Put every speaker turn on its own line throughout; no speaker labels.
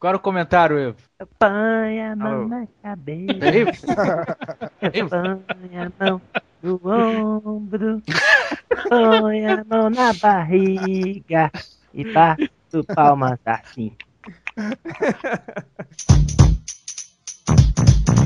Agora o comentário, Ivo.
Põe a
Alô.
mão na cabeça.
É Ivo? Ivo?
Põe a mão no ombro. Põe a mão na barriga. E bato palmas assim.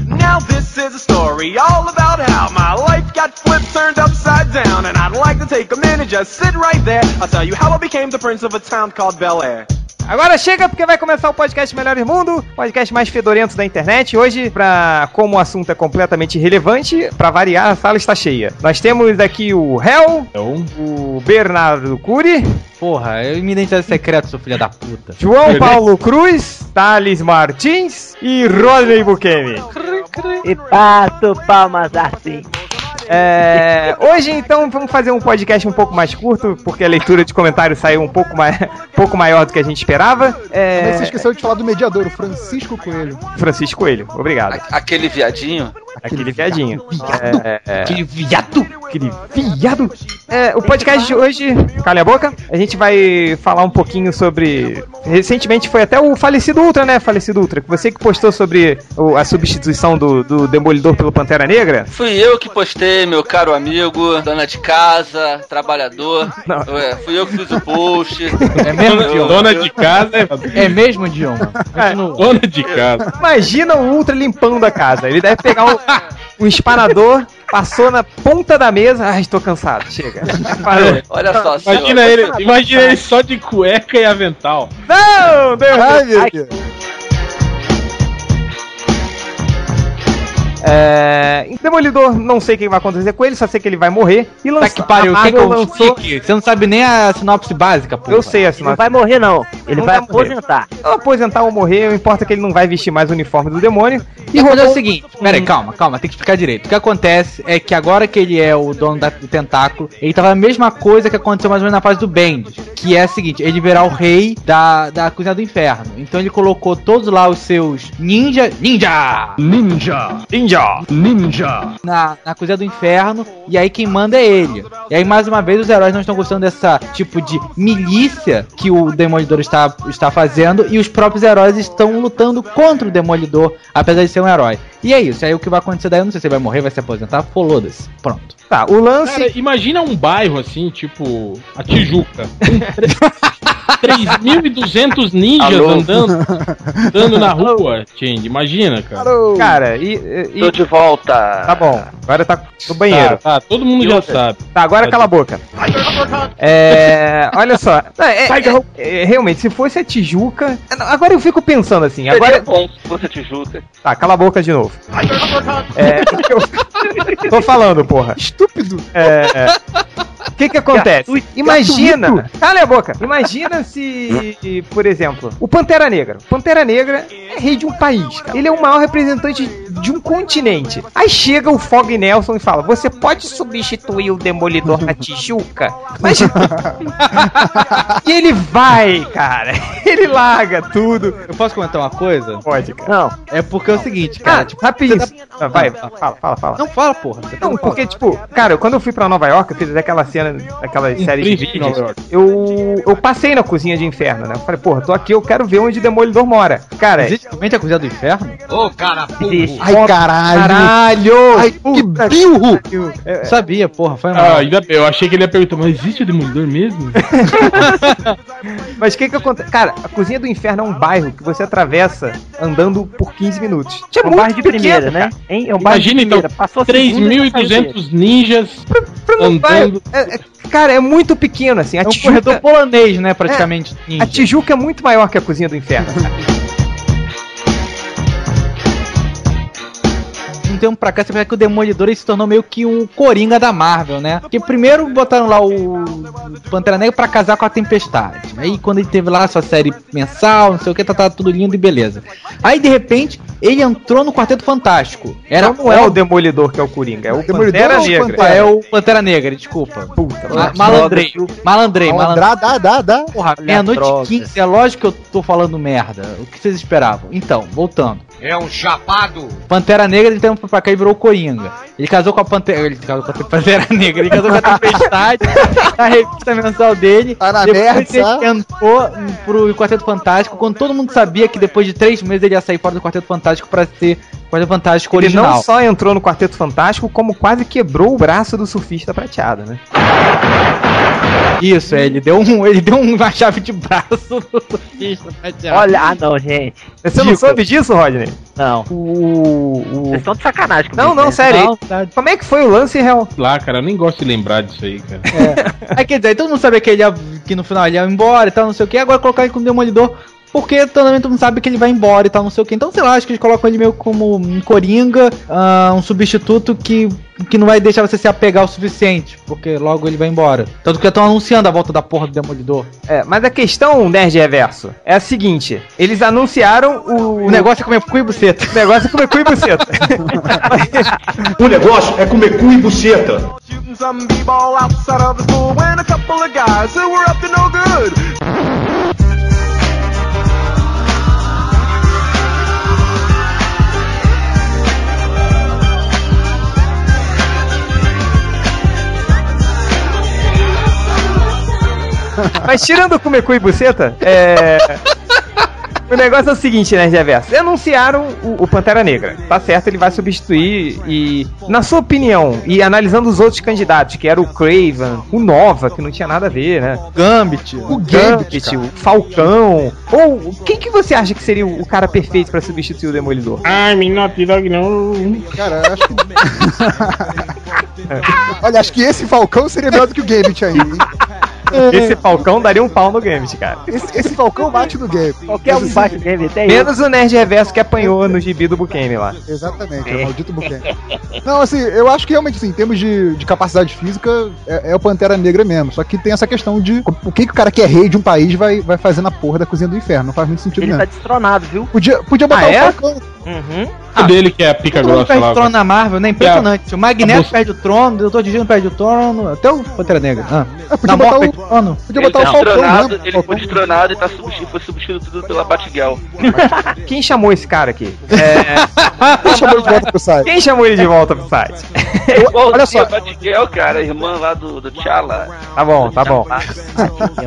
Now this is a story all about how my life got flipped, turned upside down, and I'd like to take a minute, just sit right there. I'll tell you how I became the prince of a town called Bel Air.
Agora chega porque vai começar o podcast Melhores Mundo, podcast mais fedorento da internet. Hoje, pra, como o assunto é completamente irrelevante, pra variar, a sala está cheia. Nós temos aqui o Hel,
Então,
o Bernardo Cury,
Porra, eu me identidade secreta, seu filho da puta.
João Paulo Cruz, Thales Martins e Rodney Bukemi.
E bato palmas assim.
É, hoje, então, vamos fazer um podcast um pouco mais curto, porque a leitura de comentários saiu um pouco, mai pouco maior do que a gente esperava.
Mas você
É,
esqueceu de falar do mediador, o Francisco Coelho.
Francisco Coelho, obrigado.
A- aquele viadinho.
Aquele viadinho. É, é,
Que viado!
Aquele viado. É, o podcast de hoje, calha a boca, a gente vai falar um pouquinho sobre. Recentemente foi até o falecido Ultra, né? Falecido Ultra, que você que postou sobre o- a substituição do, do Demolidor pelo Pantera Negra.
Fui eu que postei, meu caro amigo, dona de casa, trabalhador.
Não.
Ué, fui eu que fiz o post.
É mesmo,
Eu-
Dion?
dona de casa é.
É mesmo, Dion? Continua.
Dona de casa.
Imagina o Ultra limpando a casa. Ele deve pegar um, um espanador, passou na ponta da mesa. Ai, estou cansado, chega. Parou.
Olha só, senhor.
Imagina ele, imagina ele só de cueca e avental.
Não, deu
Ai, meu
Ai,
Deus.
é, Demolidor, não sei o que vai acontecer com ele, só sei que ele vai morrer. E
Tá
lançou,
que pariu,
a
quem que
Marvel
eu
lançou.
explique? Você não sabe nem a sinopse básica, pô.
Eu sei a
Ele não
sinopse.
vai morrer, não. Ele
Não
vai
vai morrer.
aposentar.
Ou aposentar ou morrer, o importa é que ele não vai vestir mais o uniforme do demônio.
E mas é o seguinte, peraí, calma, calma, tem que explicar direito. O que acontece é que agora que ele é o dono da- do tentáculo, ele tava a mesma coisa que aconteceu mais ou menos na fase do Bend, que é a seguinte, ele virar o rei da, da cozinha do inferno. Então ele colocou todos lá os seus ninja, ninja,
Ninja!
na, na cozinha do inferno, e aí quem manda é ele. E aí mais uma vez os heróis não estão gostando dessa tipo de milícia que o Demolidor está, está fazendo, e os próprios heróis estão lutando contra o Demolidor, apesar de ser um herói. E é isso, aí o que vai acontecer daí, eu não sei se ele vai morrer, vai se aposentar, foda-se, pronto.
Tá, o lance.
Cara, imagina um bairro assim, tipo a Tijuca. Com tre- 3.200 ninjas
Alô?
andando, andando na rua, Change. Imagina, cara.
Cara, e. e-
Tô de volta.
Tá bom, agora tá no
Tá,
banheiro.
tá, todo mundo já sabe.
Tá, agora cala a boca. É. Olha só. É, é, é, é, realmente, se fosse a Tijuca. Agora eu fico pensando assim.
Seria
Agora.
bom se fosse Tijuca.
Tá, cala a boca de novo. É. eu- Tô falando, porra. É,
Estúpido.
O que que acontece? Imagina, cala a boca. Imagina se, por exemplo, o Pantera Negra. O Pantera Negra é rei de um país. cara. Ele é o maior representante de um continente. Aí chega o Fog Nelson e fala: "Você pode substituir o Demolidor na Tijuca?" Mas E ele vai, cara. Ele larga tudo.
Eu posso comentar uma coisa?
Pode, cara.
Não.
É porque é o seguinte,
Cara,
cara,
tipo, rapidinho. Ah, Vai,
Ah,
fala, fala, fala.
não fala, porra. tá
Não, porque, tipo, cara, quando eu fui pra Nova York, eu fiz aquela cena, aquela série de
Príncipe de
vídeos,
Nova York.
eu, eu passei na cozinha de inferno, né? Eu falei, porra, tô aqui, eu quero ver onde o Demolidor mora. Cara,
Existe realmente a cozinha do inferno?
Existe.
Ai, caralho.
caralho!
Ai, que burro.
É,
Eu sabia, porra, foi mal.
Ah, ainda bem, eu achei que ele ia perguntar, mas existe o Demolidor mesmo?
Mas o que que acontece? Cara, a cozinha do inferno é um bairro que você atravessa andando por 15 minutos. Tipo,
É um bar de primeira, né? Hein? É um bar
Imagina,
de
então,
primeira. Passou segunda, já saiu dele.
3.200 ninjas andando.
cara, um é muito pequeno, assim. A,
É um
Tijuca,
corredor polonês, né, praticamente.
a
ninja.
Tijuca é muito maior que a cozinha do inferno.
de um tempo pra cá, você vê que o Demolidor ele se tornou meio que um coringa da Marvel, né? Porque primeiro botaram lá o Pantera Negra pra casar com a Tempestade. Aí quando ele teve lá a sua série mensal, não sei o que, tá, tá tudo lindo e beleza. Aí de repente, ele entrou no Quarteto Fantástico. Era
Então não é o Demolidor que é o Coringa, é o
Demolidor
Pantera
ou o
Negra.
Pantera?
é o Pantera Ah, Negra, desculpa.
Puta,
Ma- Malandrei, malandrei, malandrei.
Malandrar, dá, dá, dá.
Porra,
Olha
meia-noite
a droga.
15, é lógico que eu tô falando merda. O que vocês esperavam? Então, voltando. É um chapado! Pantera Negra, de tempo pra cá, ele virou Coringa. Ele casou com a Pantera. Ele casou com a Pantera Negra, ele casou com a Tempestade na revista mensal dele.
Tá na
depois
merda,
ele
sabe?
entrou pro Quarteto Fantástico, quando todo mundo sabia que depois de três meses ele ia sair fora do Quarteto Fantástico pra ser Quarteto Fantástico
Ele
original.
não só entrou no Quarteto Fantástico, como quase quebrou o braço do surfista prateado, né?
Isso, é, ele deu um, ele deu uma chave de braço no surfista. prateado.
Olha, ah não, gente.
Você não
Dico.
soube disso, Rodney?
Não.
O.
Vocês estão de sacanagem comigo.
Não, não,
né?
sério.
Não, tá
Como é que foi o lance real?
Lá, cara, eu nem gosto de lembrar disso aí, cara.
Aí quer dizer, todo mundo sabia que ele ia, que no final ele ia embora e tal, não sei o que, agora colocar ele como demolidor, porque também todo mundo sabe que ele vai embora e tal, não sei o que. Então, sei lá, acho que eles colocam ele meio como um coringa, ah, um substituto que, que não vai deixar você se apegar o suficiente, porque logo ele vai embora. Tanto que estão anunciando a volta da porra do demolidor.
É, mas a questão, Nerd Reverso, é a seguinte: eles anunciaram o.
O negócio é comer cu e buceta.
O negócio é comer cu e buceta.
O negócio é comer cu e buceta.
Shooting some b-ball outside of the school when a couple of guys who were up to no good
mas tirando comer cu e buceta, é. O negócio é o seguinte, Nerd Reverso. Anunciaram o, o Pantera Negra. Tá certo, ele vai substituir e. Na sua opinião, e analisando os outros candidatos, que era o Craven, o Nova, que não tinha nada a ver, né?
Gambit.
O Gambit, o Falcão. Ou quem que você acha que seria o o cara perfeito pra substituir o Demolidor?
I'm not dog, não.
Cara, eu acho que. Olha, acho que esse Falcão seria melhor do que o Gambit aí. hein?
Esse Falcão daria um pau no Gambit, cara.
Esse, esse Falcão bate no Gambit.
Qualquer
Mas,
um
assim,
bate dele, até eu.
Menos o Nerd Reverso que apanhou no gibi do Bukemi lá.
Exatamente, é o maldito Buken. Não, assim, eu acho que realmente, assim, em termos de, de capacidade física, é, é o Pantera Negra mesmo. Só que tem essa questão de co- o que, que o cara que é rei de um país vai, vai fazer na porra da cozinha do inferno. Não faz muito sentido
Ele
mesmo.
tá destronado, viu?
Podia, podia botar
Ah,
o
é?
Falcão.
Uhum.
O dele que é a pica
Todo mundo
grossa
perde
lá.
o trono
velho.
na Marvel, né? Impressionante. O
A
Magneto
bolsa-
perde o trono, o Doutor Destino perde o trono, até o Pantera Negra. Ah,
Ah, podia
Namor
botar o,
perde o trono.
podia
Ele,
botar
foi
o Falcão né?
destronado,
mesmo.
ele foi
Falcão.
destronado e tá substi- foi substituído pela Batgirl.
Quem chamou esse cara aqui? É,
Deixa eu de volta pro site.
Quem chamou ele de volta pro site?
Olha
só.
só. Batgirl, cara, a irmã lá do, do T'Challa.
Tá bom, tá bom.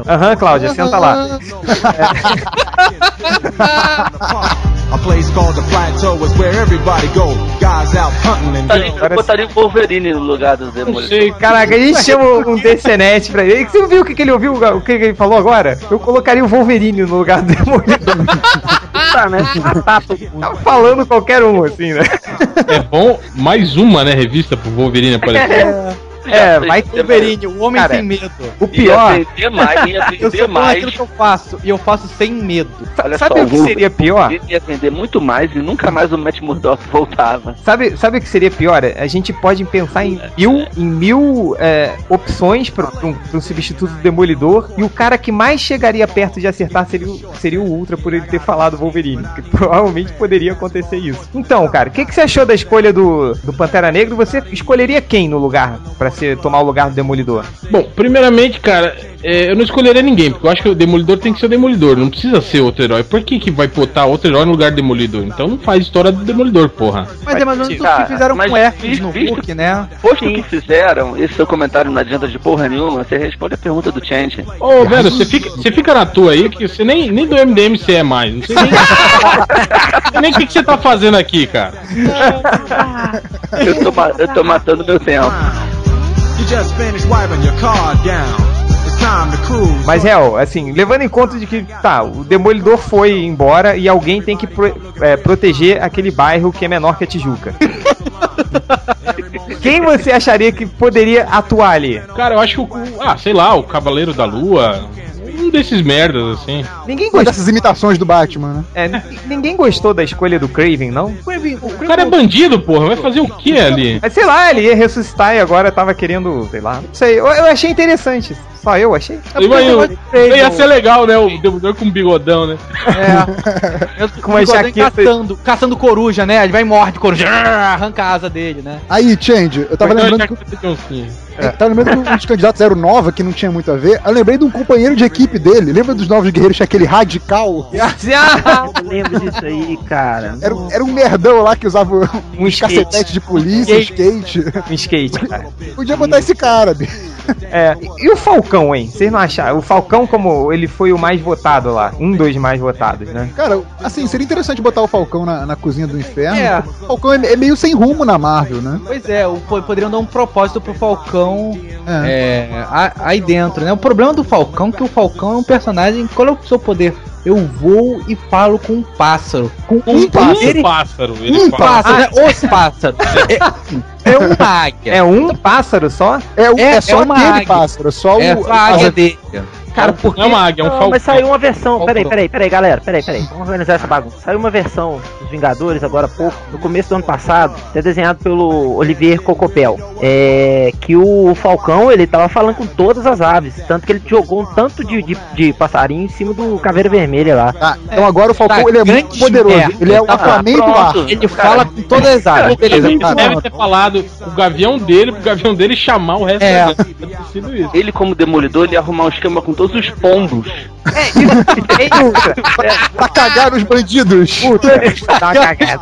Aham, Cláudia, senta lá. É.
A place called the Plateau is where everybody go. Guys out hunting and
Botaria, eu botaria o Wolverine no lugar do
Não
Demolidor.
sei, cara.
Caraca, a gente chama um DCNet pra ele. Você viu o que, que ele ouviu, o que, que ele falou agora? Eu colocaria o Wolverine no lugar do Demolidor.
Tá, né? Matar todo mundo.
Tava falando qualquer um, assim, né?
É bom mais uma, né, revista pro Wolverine aparecer.
É, vai
ter
Wolverine, o homem
Cara,
sem medo.
O
Pior.
pior...
Ia vender mais, ia
Eu
vender
sou bom
mais.
naquilo que eu faço, e eu faço sem medo.
Olha
Sabe
só,
o que seria pior?
Ele ia vender muito mais e nunca mais o Matt Murdock voltava.
Sabe, sabe o que seria pior? A gente pode pensar em mil, em mil é, opções para um, pra um substituto do Demolidor e o cara que mais chegaria perto de acertar seria o, seria o Ultra por ele ter falado Wolverine. Que provavelmente poderia acontecer isso. Então, cara, o que, que você achou da escolha do, do Pantera Negro? Você escolheria quem no lugar para tomar o lugar do Demolidor?
Bom, primeiramente, cara, é, eu não escolheria ninguém, porque eu acho que o Demolidor tem que ser o Demolidor, não precisa ser outro herói. Por que, que vai botar outro herói no lugar do Demolidor? Então não faz história do Demolidor, porra.
Mas é mais ou menos o que
Cara,
fizeram
mas
com o Hércules
vi-
no
visto-
Hulk, né?
Posto que fizeram, esse seu comentário não adianta de porra nenhuma, você responde a pergunta do Change.
Ô, velho, você fica, você fica na tua aí, que você nem, nem do MDM você é mais. Não sei nem. Não sei nem o que, que você tá fazendo aqui, cara.
Eu tô, ma- eu tô matando meu tempo.
You just finished wiping your car down. It's time to cruise.
Mas, real, assim, levando em conta de que, tá, o Demolidor foi embora e alguém tem que pro- é, proteger aquele bairro que é menor que a Tijuca. Quem você acharia que poderia atuar ali?
Cara, eu acho que o. Ah, sei lá, o Cavaleiro da Lua. Um desses merdas, assim.
Ninguém
Uma
gostou,
dessas imitações do Batman, né?
é, n- ninguém gostou da escolha do Craven, não?
O cara é bandido, porra. Vai fazer o que ali?
Mas sei lá, ele ia ressuscitar e agora tava querendo, sei lá. Não sei, eu, eu achei interessante. Só eu achei?
Imagina, ia ser legal, né? O Demolidor com um bigodão, né?
Com
Ficou
uma
bem
jaqueta.
caçando, caçando coruja, né? Ele vai e morde coruja, arranca a asa dele, né?
Aí, Change, eu tava
Então,
lembrando
já
que,
que tem um fim.
Hum,
eu tava lembrando que um dos candidatos era o Nova, que não tinha muito a ver. Eu lembrei de um companheiro de equipe dele. Lembra dos Novos Guerreiros, que é aquele radical?
Ah,
Eu lembro disso aí, cara.
Era, um- era um merdão europeu lá que usava um uns
skate.
cacetetes de polícia, skate.
Um skate, cara.
Podia botar esse cara, bicho.
É, e o Falcão, hein? Vocês não acharam? O Falcão, como ele foi o mais votado lá. Um dos mais votados, né?
Cara, assim, seria interessante botar o Falcão na, na cozinha do inferno.
É.
O Falcão é, é meio sem rumo na Marvel, né?
Pois é, o- po- poderiam dar um propósito pro Falcão
É.
é, a- aí dentro, né? O problema do Falcão é que o Falcão é um personagem. Qual é o seu poder? Eu vou e falo com um pássaro. Com um, pássaro.
Um pássaro. Ele
Um
fala.
pássaro, né? Os pássaros. É, é uma águia.
É um pássaro só?
É, o-
É-
é só
é uma
aquele
águia.
pássaro, é só
É
o.
a
as-
águia dele.
Cara, por
Não é uma águia, é um
Não,
falcão.
mas saiu uma versão.
Falcão.
Peraí, peraí, peraí, galera. Peraí, peraí. Vamos organizar essa bagunça. Saiu uma versão dos Vingadores agora há pouco, no começo do ano passado, até desenhado pelo Olivier Cocopel. É. Que o Falcão, ele tava falando com todas as aves. Tanto que ele jogou um tanto de, de, de passarinho em cima do Caveira Vermelha lá.
Tá, então agora o Falcão
Tá,
ele é
grande
muito poderoso.
merda.
Ele é o
Tá,
Aquaman do ar.
Ele fala com todas as águias. Beleza,
Ele
cara.
deve ter falado o gavião dele, pro gavião dele chamar o resto
É.
da gente. Deve ter sido isso.
Ele, como demolidor, ele ia arrumar um esquema com todos os pombos.
Pra cagar os bandidos.
Puta, tá cagado.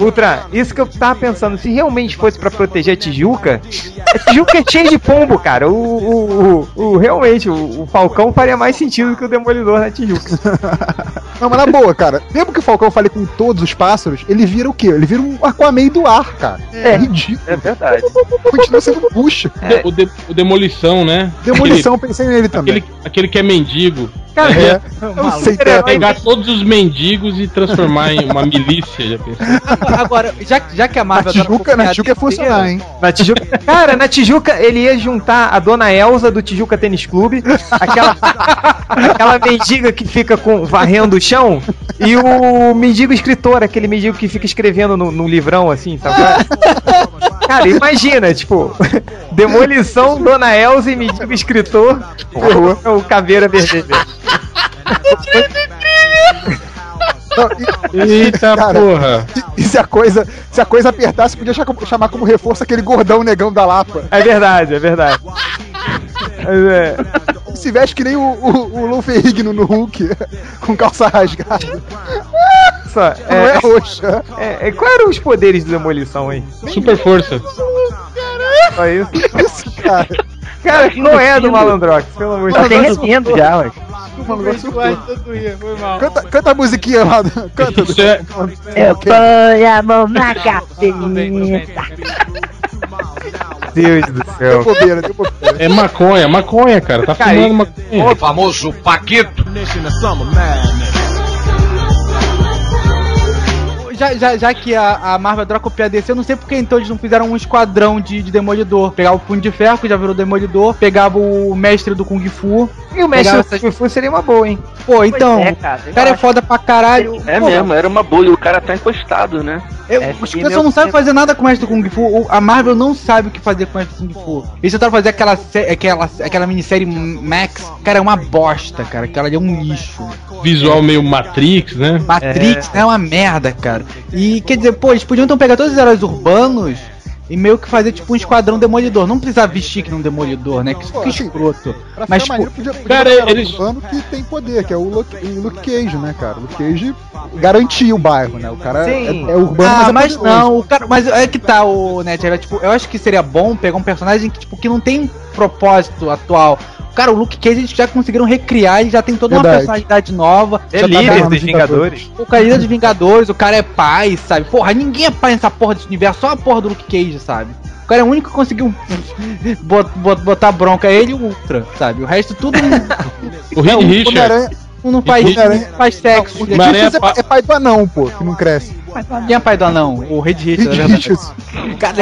Ultra, isso que eu tava pensando, se realmente fosse pra proteger a Tijuca, a Tijuca é cheia de pombo, cara. O, o, o- o- realmente, o, o Falcão faria mais sentido que o Demolidor na Tijuca.
Não, mas na boa, cara. Mesmo que o Falcão fale com todos os pássaros, ele vira o quê? Ele vira um Aquaman do ar, cara. É, ridículo.
É verdade.
Continua sendo um bucha.
É.
O, de- o Demolição, né?
Demolição, pensei nele também.
Aquele, aquele, aquele que é mendigo.
Cara,
É,
o
eu sei que
é
super-herói-
Pegar todos os mendigos e transformar em uma milícia, já pensou?
Agora, já, já que a
na
Marvel. agora
Tijuca, na
foi
Tijuca ia funcionar, hein?
Na Tijuca. Cara, na Tijuca ele ia juntar a dona Elza do Tijuca Tênis Clube, aquela, aquela mendiga que fica com, varrendo o chão, e o mendigo escritor, aquele mendigo que fica escrevendo num num livrão assim, tá ligado? Cara, imagina, tipo, demolição, dona Elza e mendigo escritor, o- o caveira vermelha.
Não, e-
Eita
Cara.
porra!
e, se a coisa, se a coisa apertasse, podia cha- chamar como reforço aquele gordão negão da Lapa.
É verdade, é verdade. Mas é-
Se veste que nem o, o, o Lou Ferrigno no Hulk, com calça rasgada.
só,
Não é
é,
roxa.
é- é- qual eram os poderes de demolição aí?
Super força.
Só isso?
Isso, cara.
Cara, não é do Malandrox, pelo amor de
Tá
Deus.
até
é
arrependo já, ué.
Canta, canta a musiquinha lá. do- Canta.
Isso é,
Eu
Ok.
ponho a mão na cabeça.
Deus do céu.
Deu bobeira, deu bobeira.
é maconha, maconha, cara. Tá
Cara,
fumando maconha.
O famoso Paquito.
Já, já, já que a, a Marvel adora copiar a DC, eu não sei porque então eles não fizeram um esquadrão de, de demolidor. Pegava o Punho de Ferro, que já virou demolidor, pegava o mestre do Kung Fu.
E o mestre
Legal
do Kung Fu seria uma boa, hein?
Pô, então,
Pois é,
o cara é foda pra caralho.
É
Pô,
mesmo, era uma bolha. O cara tá encostado, né?
Eu,
É,
os
e
caras
meu-
não sabem fazer nada com o mestre do Kung Fu. o- A Marvel não sabe o que fazer com o mestre do Kung Fu. Eles tentaram fazer aquela, sé- aquela, aquela minissérie Max. Cara, é uma bosta, cara. Aquela ali é um lixo.
Visual meio Matrix, né?
Matrix né, é uma merda, cara. E quer dizer, pô, eles podiam então pegar todos os heróis urbanos e meio que fazer tipo um esquadrão demolidor. Não precisava vestir que não demolidor, né? Que,
Pô,
que
assim,
escroto.
Pra
Mas, tipo,
ficar maneiro, podia, podia
cara,
botar um
eles-
urbano que tem poder, que é o Luke, o Luke Cage, né, cara? O Luke Cage garantia o bairro, né? O cara
Sim.
é, é urbano,
Ah,
é
mas
poderoso.
não, o cara, mas é que tá o Net, era tipo, eu acho que seria bom pegar um personagem que tipo que não tem propósito atual. Cara, o Luke Cage eles já conseguiram recriar, ele já tem toda uma
Verdade.
personalidade nova.
É
já tá
líder
bom.
dos Vingadores.
O cara é líder dos Vingadores, o cara é pai, sabe? Porra, ninguém é pai nessa porra desse universo, só a porra do Luke Cage, sabe? O cara é o único que conseguiu bot- bot- botar bronca, ele e o Ultra, sabe? O resto tudo não,
O Reed
O
Richard.
Homem-Aranha
não faz,
Homem-Aranha-
não faz sexo.
o
Homem-Aranha
Richards é,
pa-
pa- é pai do anão, pô, que não cresce.
Ninguém é pai do anão, o Red Richard, é verdade.
Richards.
Cara,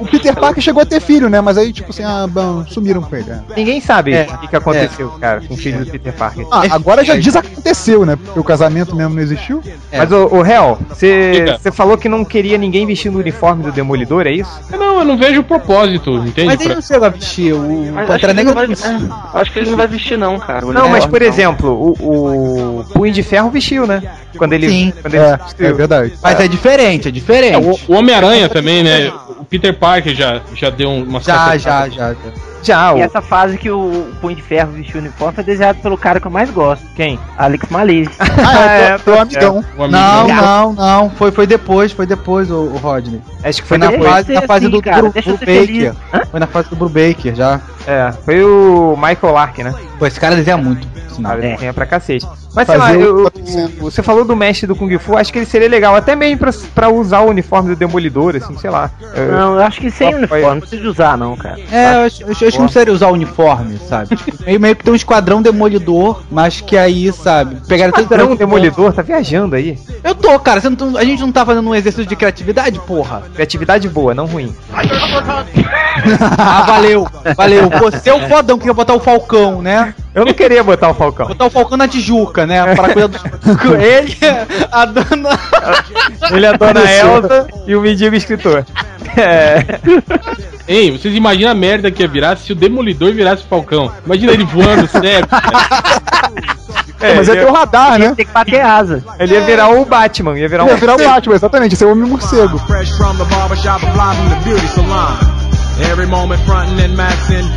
O Peter Parker chegou a ter filho, né? Mas aí, tipo assim, ah, bom, sumiram com ele. né?
Ninguém sabe
É.
o que, que aconteceu, cara, com o filho do Peter Parker.
Ah, agora já desaconteceu, né? Porque o casamento mesmo não existiu.
É.
Mas, ô, ô Hel, você
Diga.
você falou que não queria ninguém vestindo o uniforme do Demolidor, é isso?
Não, eu não vejo o propósito, entende?
Mas ele não chegou a vestir o
Mas acho,
Pantera
que ele não
Negra.
vai, é, acho que ele não vai vestir, não, cara. o
Não, mas,
uniforme,
por
não.
exemplo, o, o Punho de Ferro vestiu, né? Quando ele...
Sim.
Quando ele
É, é verdade.
Mas é diferente, é
É,
diferente.
o o Homem-Aranha também, né? O Peter Parker já, já deu umas
Já,
cacetadas.
já, já, já.
Já,
E
o-
essa fase que o Punho de Ferro vestiu o uniforme foi desenhado pelo cara que eu mais gosto. Quem? Alex Malice.
Ah, é,
é,
teu, teu amigão.
O amigo
Não,
dele.
não, não. Foi, foi depois, foi depois, o, Rodney.
acho que
Foi
É. foi
na
depois.
fase,
ser
na fase
assim,
do
cara,
Bru-
deixa eu ser
Brubaker.
feliz.
Foi na fase do Brubaker já.
É, foi o Michael Lark, né?
Pô, esse cara desenha muito. assim.
Ah,
É.
ele desenha pra cacete. Mas sei
Fazer
lá,
o-
eu-
o-
você falou do mestre do Kung Fu, acho que ele seria legal, até mesmo pra, pra usar o uniforme do Demolidor, assim, sei lá. Eu-
Não, eu acho que sem
Só foi-
uniforme, não precisa usar não, cara.
É, eu acho, eu acho que não precisaria usar o uniforme, sabe? Tipo, meio, meio que tem um esquadrão demolidor, mas que aí, sabe, pegaram todo
Esquadrão Demolidor, tá viajando aí.
Eu tô, cara. você não tá- a gente não tá fazendo um exercício de criatividade, porra.
Criatividade boa, não ruim.
Ah, valeu, valeu. Você é o fodão que quer botar o Falcão, né?
Eu não queria botar o Falcão.
Botar o Falcão na Tijuca, né? Para cuidar dos. com Ele, a dona.
Ele é a Dona Elsa e o mendigo escritor. É.
Ei, vocês imaginam a merda que ia virar se o Demolidor virasse o Falcão? Imagina ele voando, né? cego.
É,
Mas é
ele,
teu radar, né?
Tem que bater asa.
ele ia virar o Batman, ia virar um
Ele ia virar o Batman, exatamente. Esse é o homem morcego.
Fresh from the barbershop, live from the beauty salon. Every moment frontin' and maxin'.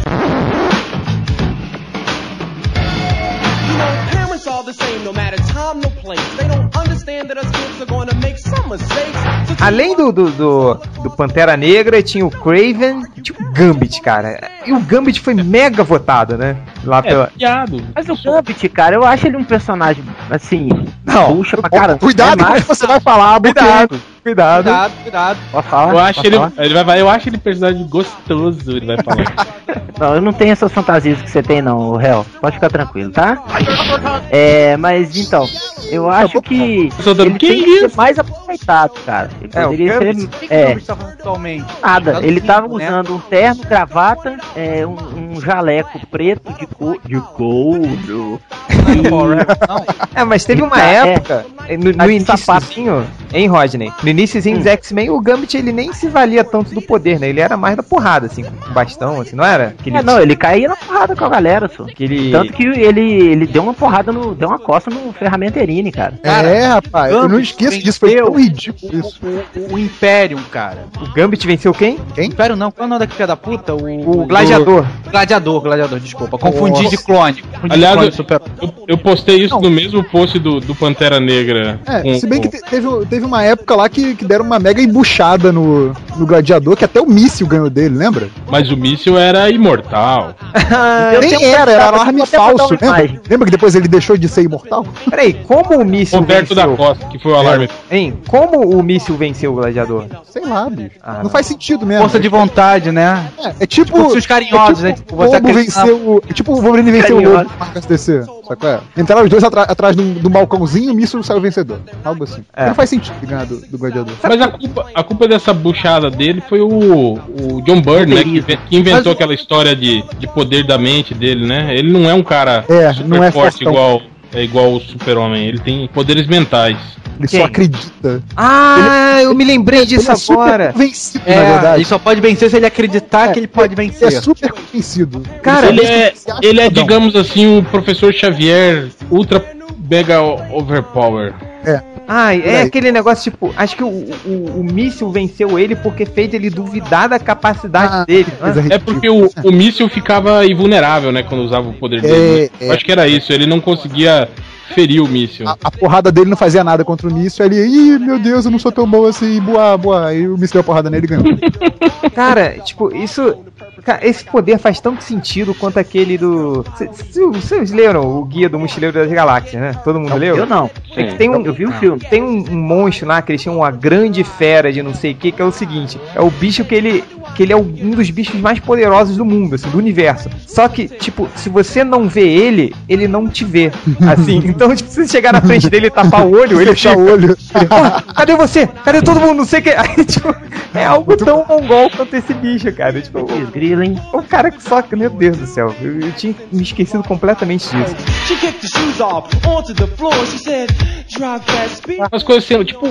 You know, parents all the same, no matter time, no place. They don't understand that us kids are gonna make some mistakes. So keep
Além do, do, do, do Pantera Negra, tinha o Craven e tinha o Gambit, cara. E o Gambit foi mega votado, né? Lá
É,
pela.
piado.
Mas o Gambit, cara, eu acho ele um personagem, assim,
Não.
puxa pra caramba.
Cuidado
é
com o que você vai falar,
Cuidado, cuidado.
Cuidado, cuidado.
Pode falar?
Eu acho
Pode
ele,
falar?
ele vai, vai- eu acho ele personagem gostoso, ele vai falar.
Não, eu não tenho essas fantasias que você tem não, réu. Pode ficar tranquilo, tá? É, mas então, eu acho que
Soltando,
ele
"Que
tem que ser
isso?"
mais aproveitado, cara. Ele
É, o
poderia
Gambit-
O que
ser...
que o
É,
Gambit tá falando atualmente?
Nada, ele tava
Né?
usando um terno, gravata, é, um, um jaleco preto de, co de couro.
É, mas teve uma
Tá, é.
época, eh, no, no
Tá de
iniciozinho, hein, Rodney? No iniciozinho dos X-Men, o Gambit ele nem se valia tanto do poder, né? Ele era mais da porrada, assim, com bastão, assim, não era? Aquele,
É, não, ele caía na porrada com a galera, só.
aquele...
Tanto que ele, ele deu uma porrada no. deu uma costa no Ferramenterini, cara.
é, rapaz, eu não esqueço disso, foi tão ridículo isso.
O, o Imperium, cara.
O Gambit venceu quem?
Império não, qual é o nome daquele filho da puta? O,
O Gladiador.
Gladiador, gladiador, desculpa. Confundi de clone. Confundi de
Aliás,
clone,
eu-
super...
Eu, eu postei isso no mesmo post do, do Pantera Negra.
É,
com-
se bem que
com-
te- teve, teve uma época lá que, que deram uma mega embuchada no, no gladiador, que até o míssil ganhou dele, lembra?
Mas o míssil era imortal.
Nem era, era alarme falso, lembra? Lembra que depois ele deixou de ser imortal?
Peraí, como o míssil É.
Roberto da
venceu?
Costa, que foi o alarme.
Hein, como o míssil venceu o gladiador?
Sei lá, bicho.
Ah,
não,
não.
faz sentido mesmo.
Força de vontade, né?
É, é tipo.
Tipo, se os carinhosos,
é
né?
tipo,
Tipo,
o
você
Lobo
acredita-
venceu o. É tipo o Wolverine venceu o
Carinhosos.
Lobo marca SDC. Sabe qual é? Entraram os dois atra- atrás do, do um balcãozinho e o míssil saiu vencedor. Algo assim.
É.
Não faz sentido ele ganhar do, do gladiador.
Mas a culpa, a culpa dessa buchada dele foi o, o John Byrne, né? Que, inven- que
Mas o-
inventou aquela história de, de poder da mente dele, né? Ele não é um cara
É, não é
forte
fortão.
igual, é igual o super-homem. Ele tem poderes mentais.
Ele
Quem?
só acredita.
Ah, eu me lembrei disso
Ele é super
agora.
convencido,
É,
na
ele
verdade.
só pode vencer se ele acreditar que ele pode vencer.
Ele é super convencido.
Cara,
ele
mesmo
é,
que se ache
ele é
fodão.
digamos assim, o professor Xavier ultra mega overpower.
Ah, é
Peraí.
aquele negócio, tipo, acho que o, o, o míssil venceu ele porque fez ele duvidar da capacidade
Ah,
dele. né?
Coisa
É
ridícula.
porque o, o míssil ficava invulnerável, né? Quando usava o poder dele. né?
é.
Eu Acho que era isso, ele não conseguia ferir o míssil.
A, a porrada dele não fazia nada contra o míssil. Ele, ih, meu Deus, eu não sou tão bom assim. Boa, boa. Aí o míssil deu a porrada nele e ganhou.
Cara, tipo, isso. Cara, esse poder faz tanto sentido quanto aquele do. C- c- Vocês leram o Guia do Mochileiro das Galáxias, né? Todo mundo leu?
Eu não.
É que tem um,
Eu vi o filme.
Tem um, um monstro lá que eles chamam uma grande fera de não sei o que, que é o seguinte: é o bicho que ele, que ele é o- um dos bichos mais poderosos do mundo, assim, do universo. Só que, tipo, se você não vê ele, ele não te vê. Assim, então, tipo, se você chegar na frente dele e tapar o olho, ele
Fechar
fica.
o olho.
"Porra, Cadê você? Cadê todo mundo? Não sei o que. Aí, tipo, é algo tão mongol quanto esse bicho, cara. Tipo,
Desgrila, hein?
o cara que só. Meu Deus do céu, eu, eu tinha me esquecido completamente disso.
She kicked the shoes off onto the floor. She said,
As coisas sendo, tipo, o,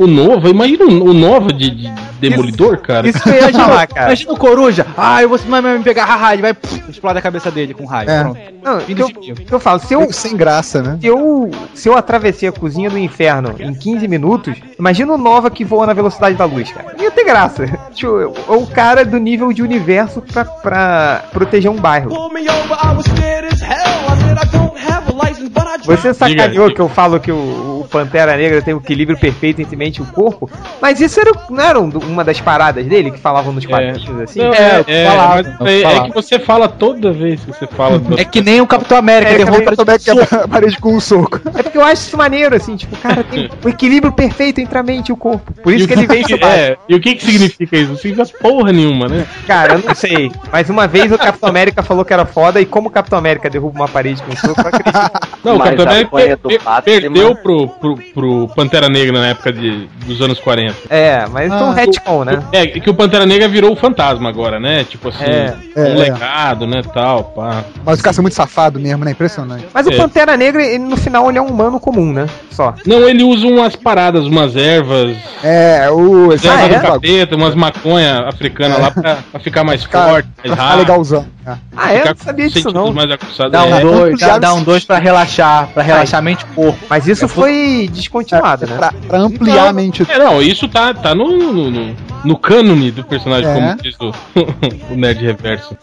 o, o Nova, imagina o, o Nova de, de Demolidor, cara.
Isso que eu
é
ia falar, cara.
Imagina o coruja. Ah, eu vou vai me pegar, haha, ele vai pff, explode a cabeça dele com raio.
É.
Pronto.
Não, o que eu, o que eu falo, se eu,
Meio é Sem graça, né?
se, eu, se eu atravessei a cozinha do inferno em 15 minutos, imagina o Nova que voa na velocidade da luz, cara. Ia ter graça. Tipo, é o cara do nível de universo pra, pra proteger um bairro.
Pulled me over, I was scared as hell. I said I don't have a license, but I tried.
Você sacaneou que eu falo que o, o Pantera Negra tem o equilíbrio perfeito entre mente e o corpo, mas isso era, não era um do- uma das paradas dele que falavam nos quadrinhos assim?
Não,
é,
é,
falava,
mas é-
falava.
é que você fala toda vez que você fala. do-
É que nem o Capitão América,
Ele
derruba
é
derruba também que a parede com um soco.
É porque eu acho isso maneiro, assim, tipo, cara, tem o equilíbrio perfeito entre a mente e o corpo. Por
E
isso
o
que ele vence
que,
o Batman.
é, E o que que significa isso? Não significa porra nenhuma, né?
Cara, eu não sei. Mas uma vez o Capitão América falou que era foda, e como o Capitão América derruba uma parede com um soco, eu acredito.
Não, o
Mas
Capitão
a
América
panha do
per-
Batman-
perdeu pro, pro, pro Pantera Negra na época de, dos anos 40.
É, mas então
Ah,
retcon, né?
É, que o Pantera Negra virou o fantasma agora, né? Tipo assim,
É.
um
É, é.
legado, né, tal, pá.
Mas o cara é muito safado mesmo, né? Impressionante.
Mas o
É.
Pantera Negra, ele, no final, ele é um humano comum, né? Só.
Não, ele usa umas paradas, umas ervas,
É, o. esse
erva
cara
do
é?
capeta, umas maconha africana lá pra, pra ficar mais
Cara, tá
forte, mais
pra ficar
rápido.
legalzão. É.
Ah, é? Eu
ficar
não
com
sabia disso,
sentidos
não.
mais aguçados.
Dá um
É,
dois,
já
dá, dá um
disse-
dois pra relaxar, pra relaxar mente e corpo.
Mas isso foi descontinuado, né?
Pra, pra ampliar a mente.
É, não, isso tá, tá no, no, no, no cânone do personagem,
É.
como diz o, o Nerd Reverso.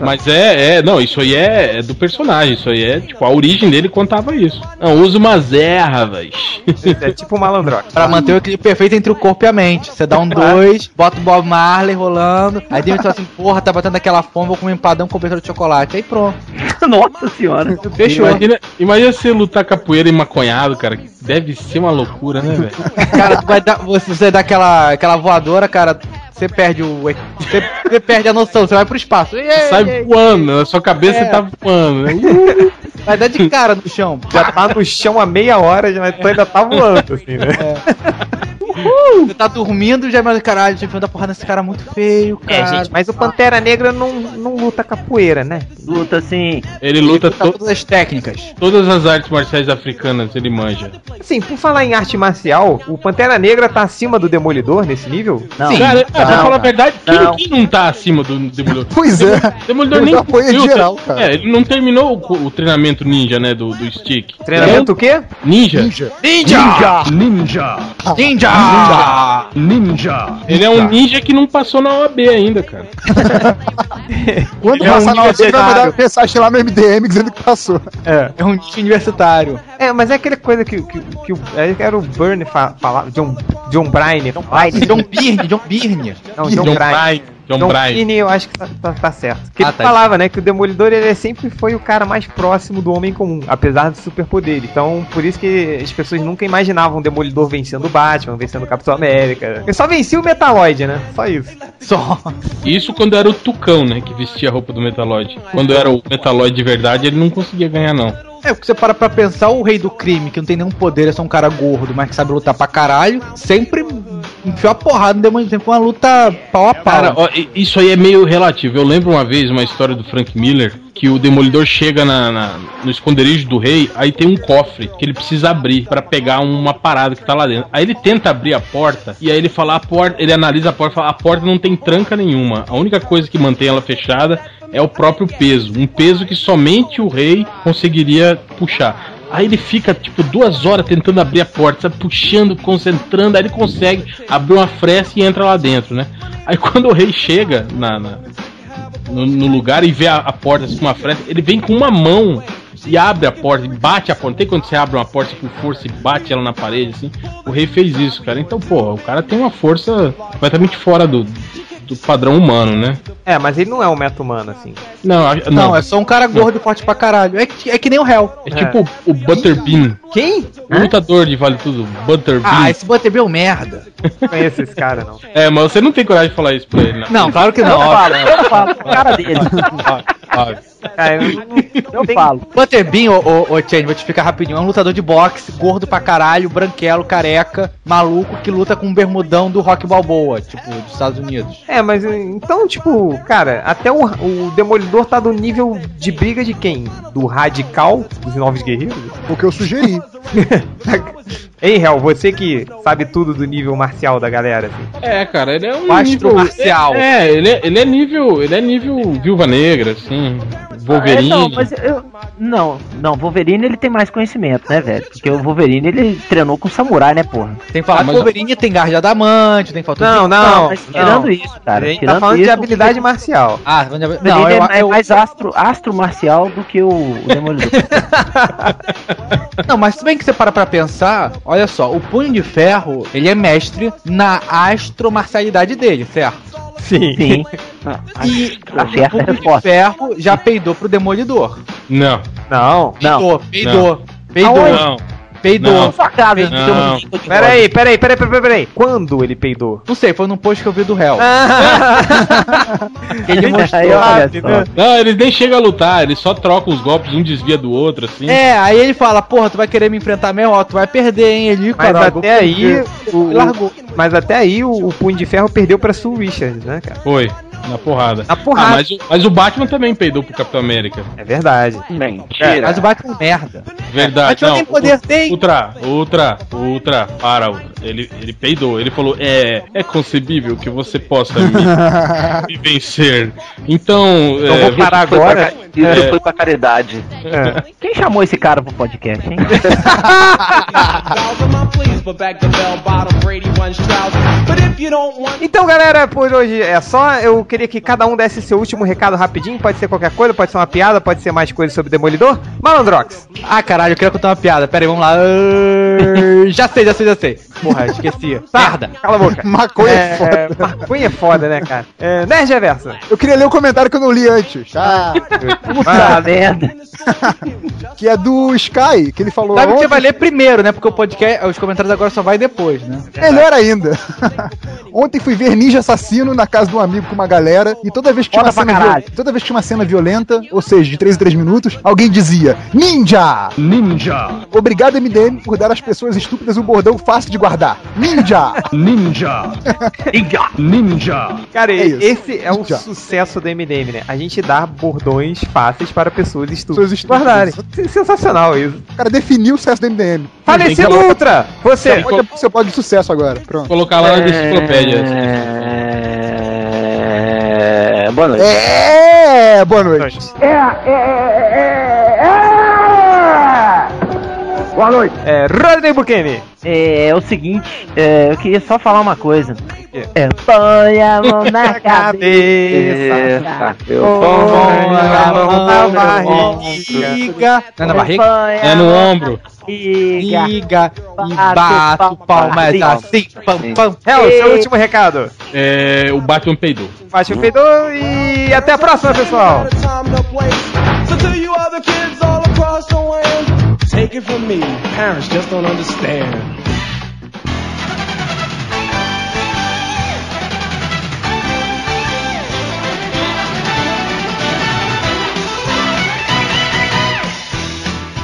Mas é, é, não, isso aí é, é do personagem, isso aí é, tipo, a origem dele contava isso. Não, usa umas ervas.
É tipo um malandroca.
Pra manter o equilíbrio perfeito entre o corpo e a mente. Você dá um dois, bota o Bob Marley rolando, aí dentro fala assim, porra, tá batendo aquela fome, vou comer empadão com cobertura de chocolate. Aí pronto.
Nossa senhora.
Fechou.
Imagina, imagina você lutar capoeira e maconhado, cara, que deve ser uma loucura, né, velho?
Cara, tu vai dar, você, você dá aquela, aquela voadora, cara, você perde o. Você, você perde a noção, você vai pro espaço. Ei, ei,
Sai
ei,
voando, a sua cabeça tá voando, né? Uh,
vai dar de cara no chão.
Já tá no chão há meia hora, já, mas tu ainda tá voando, assim, né?
Você tá dormindo já mas caralho, tinha que dar porrada nesse cara muito feio, cara.
É, gente,
Mas o Pantera Negra não, não luta capoeira, né?
luta assim.
Ele luta
Tá
to-
todas as técnicas.
todas as artes marciais africanas, ele manja.
Assim, por falar em arte marcial, o Pantera Negra tá acima do Demolidor nesse nível?
Não.
cara, ah, pra
não,
falar
cara.
a verdade, quem
Não.
quem não. tá acima do Demolidor?
Pois é.
Demolidor
Ele
nem
dá apoio
cumpriu,
geral,
tá-
cara.
É, ele não terminou o, o treinamento ninja, né, do, do stick.
Treinamento o quê?
Então, ninja.
Ninja.
Ninja!
Ninja!
Ninja!
Ele é um ninja que não passou na OAB ainda, cara.
Quando
Ele é
passar
um
na hora dele, vai
universitário.
mandar mensagem lá no MDM dizendo que passou.
É um ninja universitário.
É, mas é aquela coisa que, que, que o- é, que era o Bernie fa falava, John, John Bryan. falava.
John Byrne, John Byrne.
Não, John,
John
Bryan.
Bryan. John
John
Bryan.
Bryan, Então, eu acho que tá, tá- tá certo. Que
É um Ah,
ele
tá.
falava, né, que o Demolidor ele é sempre foi o cara mais próximo do homem comum, apesar do superpoder. Então, por isso que as pessoas nunca imaginavam o Demolidor vencendo o Batman, vencendo o Capitão América. Ele só vencia o Metaloid, né? Só isso.
Só.
Isso quando era o Tucão, né? Que vestia a roupa do Metaloid. Quando era o Metaloid de verdade, ele não conseguia ganhar, não.
É, porque você para pra pensar o rei do crime, que não tem nenhum poder, é só um cara gordo, mas que sabe lutar pra caralho, sempre enfiou a porrada no demônio, sempre foi uma luta pau a
Cara,
pau.
ó, i- isso aí é meio relativo. Eu lembro uma vez uma história do Frank Miller que o Demolidor chega na- na- no esconderijo do rei, aí tem um cofre que ele precisa abrir pra pegar uma parada que tá lá dentro. Aí ele tenta abrir a porta e aí ele fala a porta, ele analisa a porta, e fala a porta não tem tranca nenhuma. A única coisa que mantém ela fechada é o próprio peso, um peso que somente o rei conseguiria puxar. Aí ele fica, tipo, duas horas tentando abrir a porta, sabe? puxando, concentrando, aí ele consegue abrir uma fresta e entra lá dentro, né? Aí quando o rei chega na, na- no, no lugar e vê a, a porta assim, com uma fresta, ele vem com uma mão e abre a porta, e bate a porta. Não tem quando você abre uma porta com força e bate ela na parede, assim. O rei fez isso, cara. Então, porra, o cara tem uma força completamente fora do, do padrão humano, né?
É, mas ele não é um meta-humano, assim.
Não, a- não,
Não,
é,
é só um cara gordo e forte pra caralho. É, que- é que nem o réu.
tipo o Butterbean.
Quem?
O lutador de Vale Tudo, Butterbean.
Ah, esse Butterbean é um merda.
Não conheço esse cara, não.
É, mas você não tem coragem de falar isso pra ele, né?
Não, claro que não. óbvio.
Eu falo com a cara dele.
Óbvio.
Cara, eu não,
Eu
tem-
falo.
Butterbean, ô, ô, ô Chen, vou te explicar rapidinho. É um lutador de boxe, gordo pra caralho, branquelo, careca, maluco, que luta com um bermudão do Rock Balboa, tipo, dos Estados Unidos.
É, mas então, tipo, cara, até o, o Demolidor tá do nível de briga de quem? Do radical dos Novos Guerreiros?
O que eu sugeri.
Hein, Hel, você que sabe tudo do nível marcial da galera. assim.
É, cara, ele é um.
Astro
nível-
marcial.
É, ele é, ele é nível. Ele é nível viúva negra, assim. Wolverine.
É, não, mas eu. Não, não, Wolverine ele tem mais conhecimento, né, velho? Porque o Wolverine ele treinou com samurai, né, porra?
Tem que falar
Ah,
de
mas-
Wolverine, tem garra de adamante, tem fator
Não, não,
mas
não.
tirando isso, cara.
A gente
tirando
tá falando
isso,
de habilidade marcial.
Ah, não, eu,
o Wolverine é, é
eu-
mais astro, astro marcial do que o, o Demolidor.
não, mas se bem que você para pra pensar, olha só, o Punho de Ferro, ele é mestre na astromarcialidade dele, certo?
Sim.
Sim.
E
Tá certo,
o
é
Punho de
resposta.
Ferro já peidou pro Demolidor.
Não,
Não.
Não.
Peidou, peidou, peidou,
Aonde?
não.
peidou.
Não.
Na sua casa,
Não.
seu maldito de roda.
Peraí, peraí, peraí, peraí, peraí. Quando ele peidou?
Não sei, foi num post que eu vi do réu.
Ah. Ele mostrou,
Aí, olha
olha
só.
só.
Não, eles nem chegam a lutar, eles só trocam os golpes, um desvia do outro, assim.
É, aí ele fala, porra, tu vai querer me enfrentar mesmo? Ó, tu vai perder, hein? Ele,
Mas
cara, eu vou
até aí,
perder.
o,
Largou.
mas até aí o, o Punho de Ferro perdeu pra Sue Richards, né, cara?
Foi, na porrada. Ah,
Na porrada.
mas, o- mas o Batman também peidou pro Capitão América.
É verdade.
Mentira.
Mas o Batman é um merda. Mas
Verdade.
eu nem poder
o-
tem.
Ultra, ultra, ultra, para, ultra. Ele, ele peidou, ele falou, é, é concebível que você possa me, me vencer. Então,
Eu
é,
vou parar
Foi pra
agora.
ca- Isso
É.
foi pra caridade.
É.
Quem chamou esse cara pro podcast, hein?
Então, galera, por hoje é só. Eu queria que cada um desse seu último recado rapidinho. Pode ser qualquer coisa, pode ser uma piada, pode ser mais coisa sobre Demolidor. Malandrox.
Ah, caralho, eu queria contar uma piada. Pera aí, vamos lá. já sei, já sei, já sei. Porra, esqueci. Merda.
Cala a boca.
Maconha é foda.
É, maconha é foda, né, cara? É, Nerd Reverso.
Eu queria ler o comentário que eu não li antes. Ah,
Puta merda.
que é do Sky, que ele falou.
Sabe que você
ontem-
vai ler primeiro, né? Porque o podcast, os comentários agora só vai depois, né?
Melhor ainda. Ontem fui ver Ninja Assassino na casa de um amigo com uma galera e toda vez que tinha
Foda
uma
pra
cena viol-
caralho.
toda vez que tinha uma cena violenta, ou seja, de 3 em 3 minutos, alguém dizia: "Ninja!
Ninja!
Obrigado MDM por dar às pessoas estúpidas um bordão fácil de guardar. Ninja!"
Ninja! Ninja!
Cara,
É isso.
esse é um
Já.
sucesso do MDM, né? A gente dá bordões fáceis para pessoas
Pessoas
estúpidas.
estúpidas.
Guardarem. Sen- Sensacional isso.
O cara definiu o sucesso do MDM.
Falecido Ultra! Você!
Olha você pode de sucesso agora. Pronto.
colocar lá na enciclopédia. assim,
É... Boa noite.
É, boa noite.
É, Rodney Bukemi!
É, é o seguinte, é, eu queria só falar uma coisa. É, põe a mão na cabeça.
Eita, eu
Põe a mão na
barriga. Não é na barriga?
É no ombro.
E...
Liga e bato palmas assim. Pam, pam.
É o seu último recado.
É, o Batman peidou.
Fátima Peidou e até a próxima, pessoal!
So to you other kids all across the land, take it from me, parents just don't understand.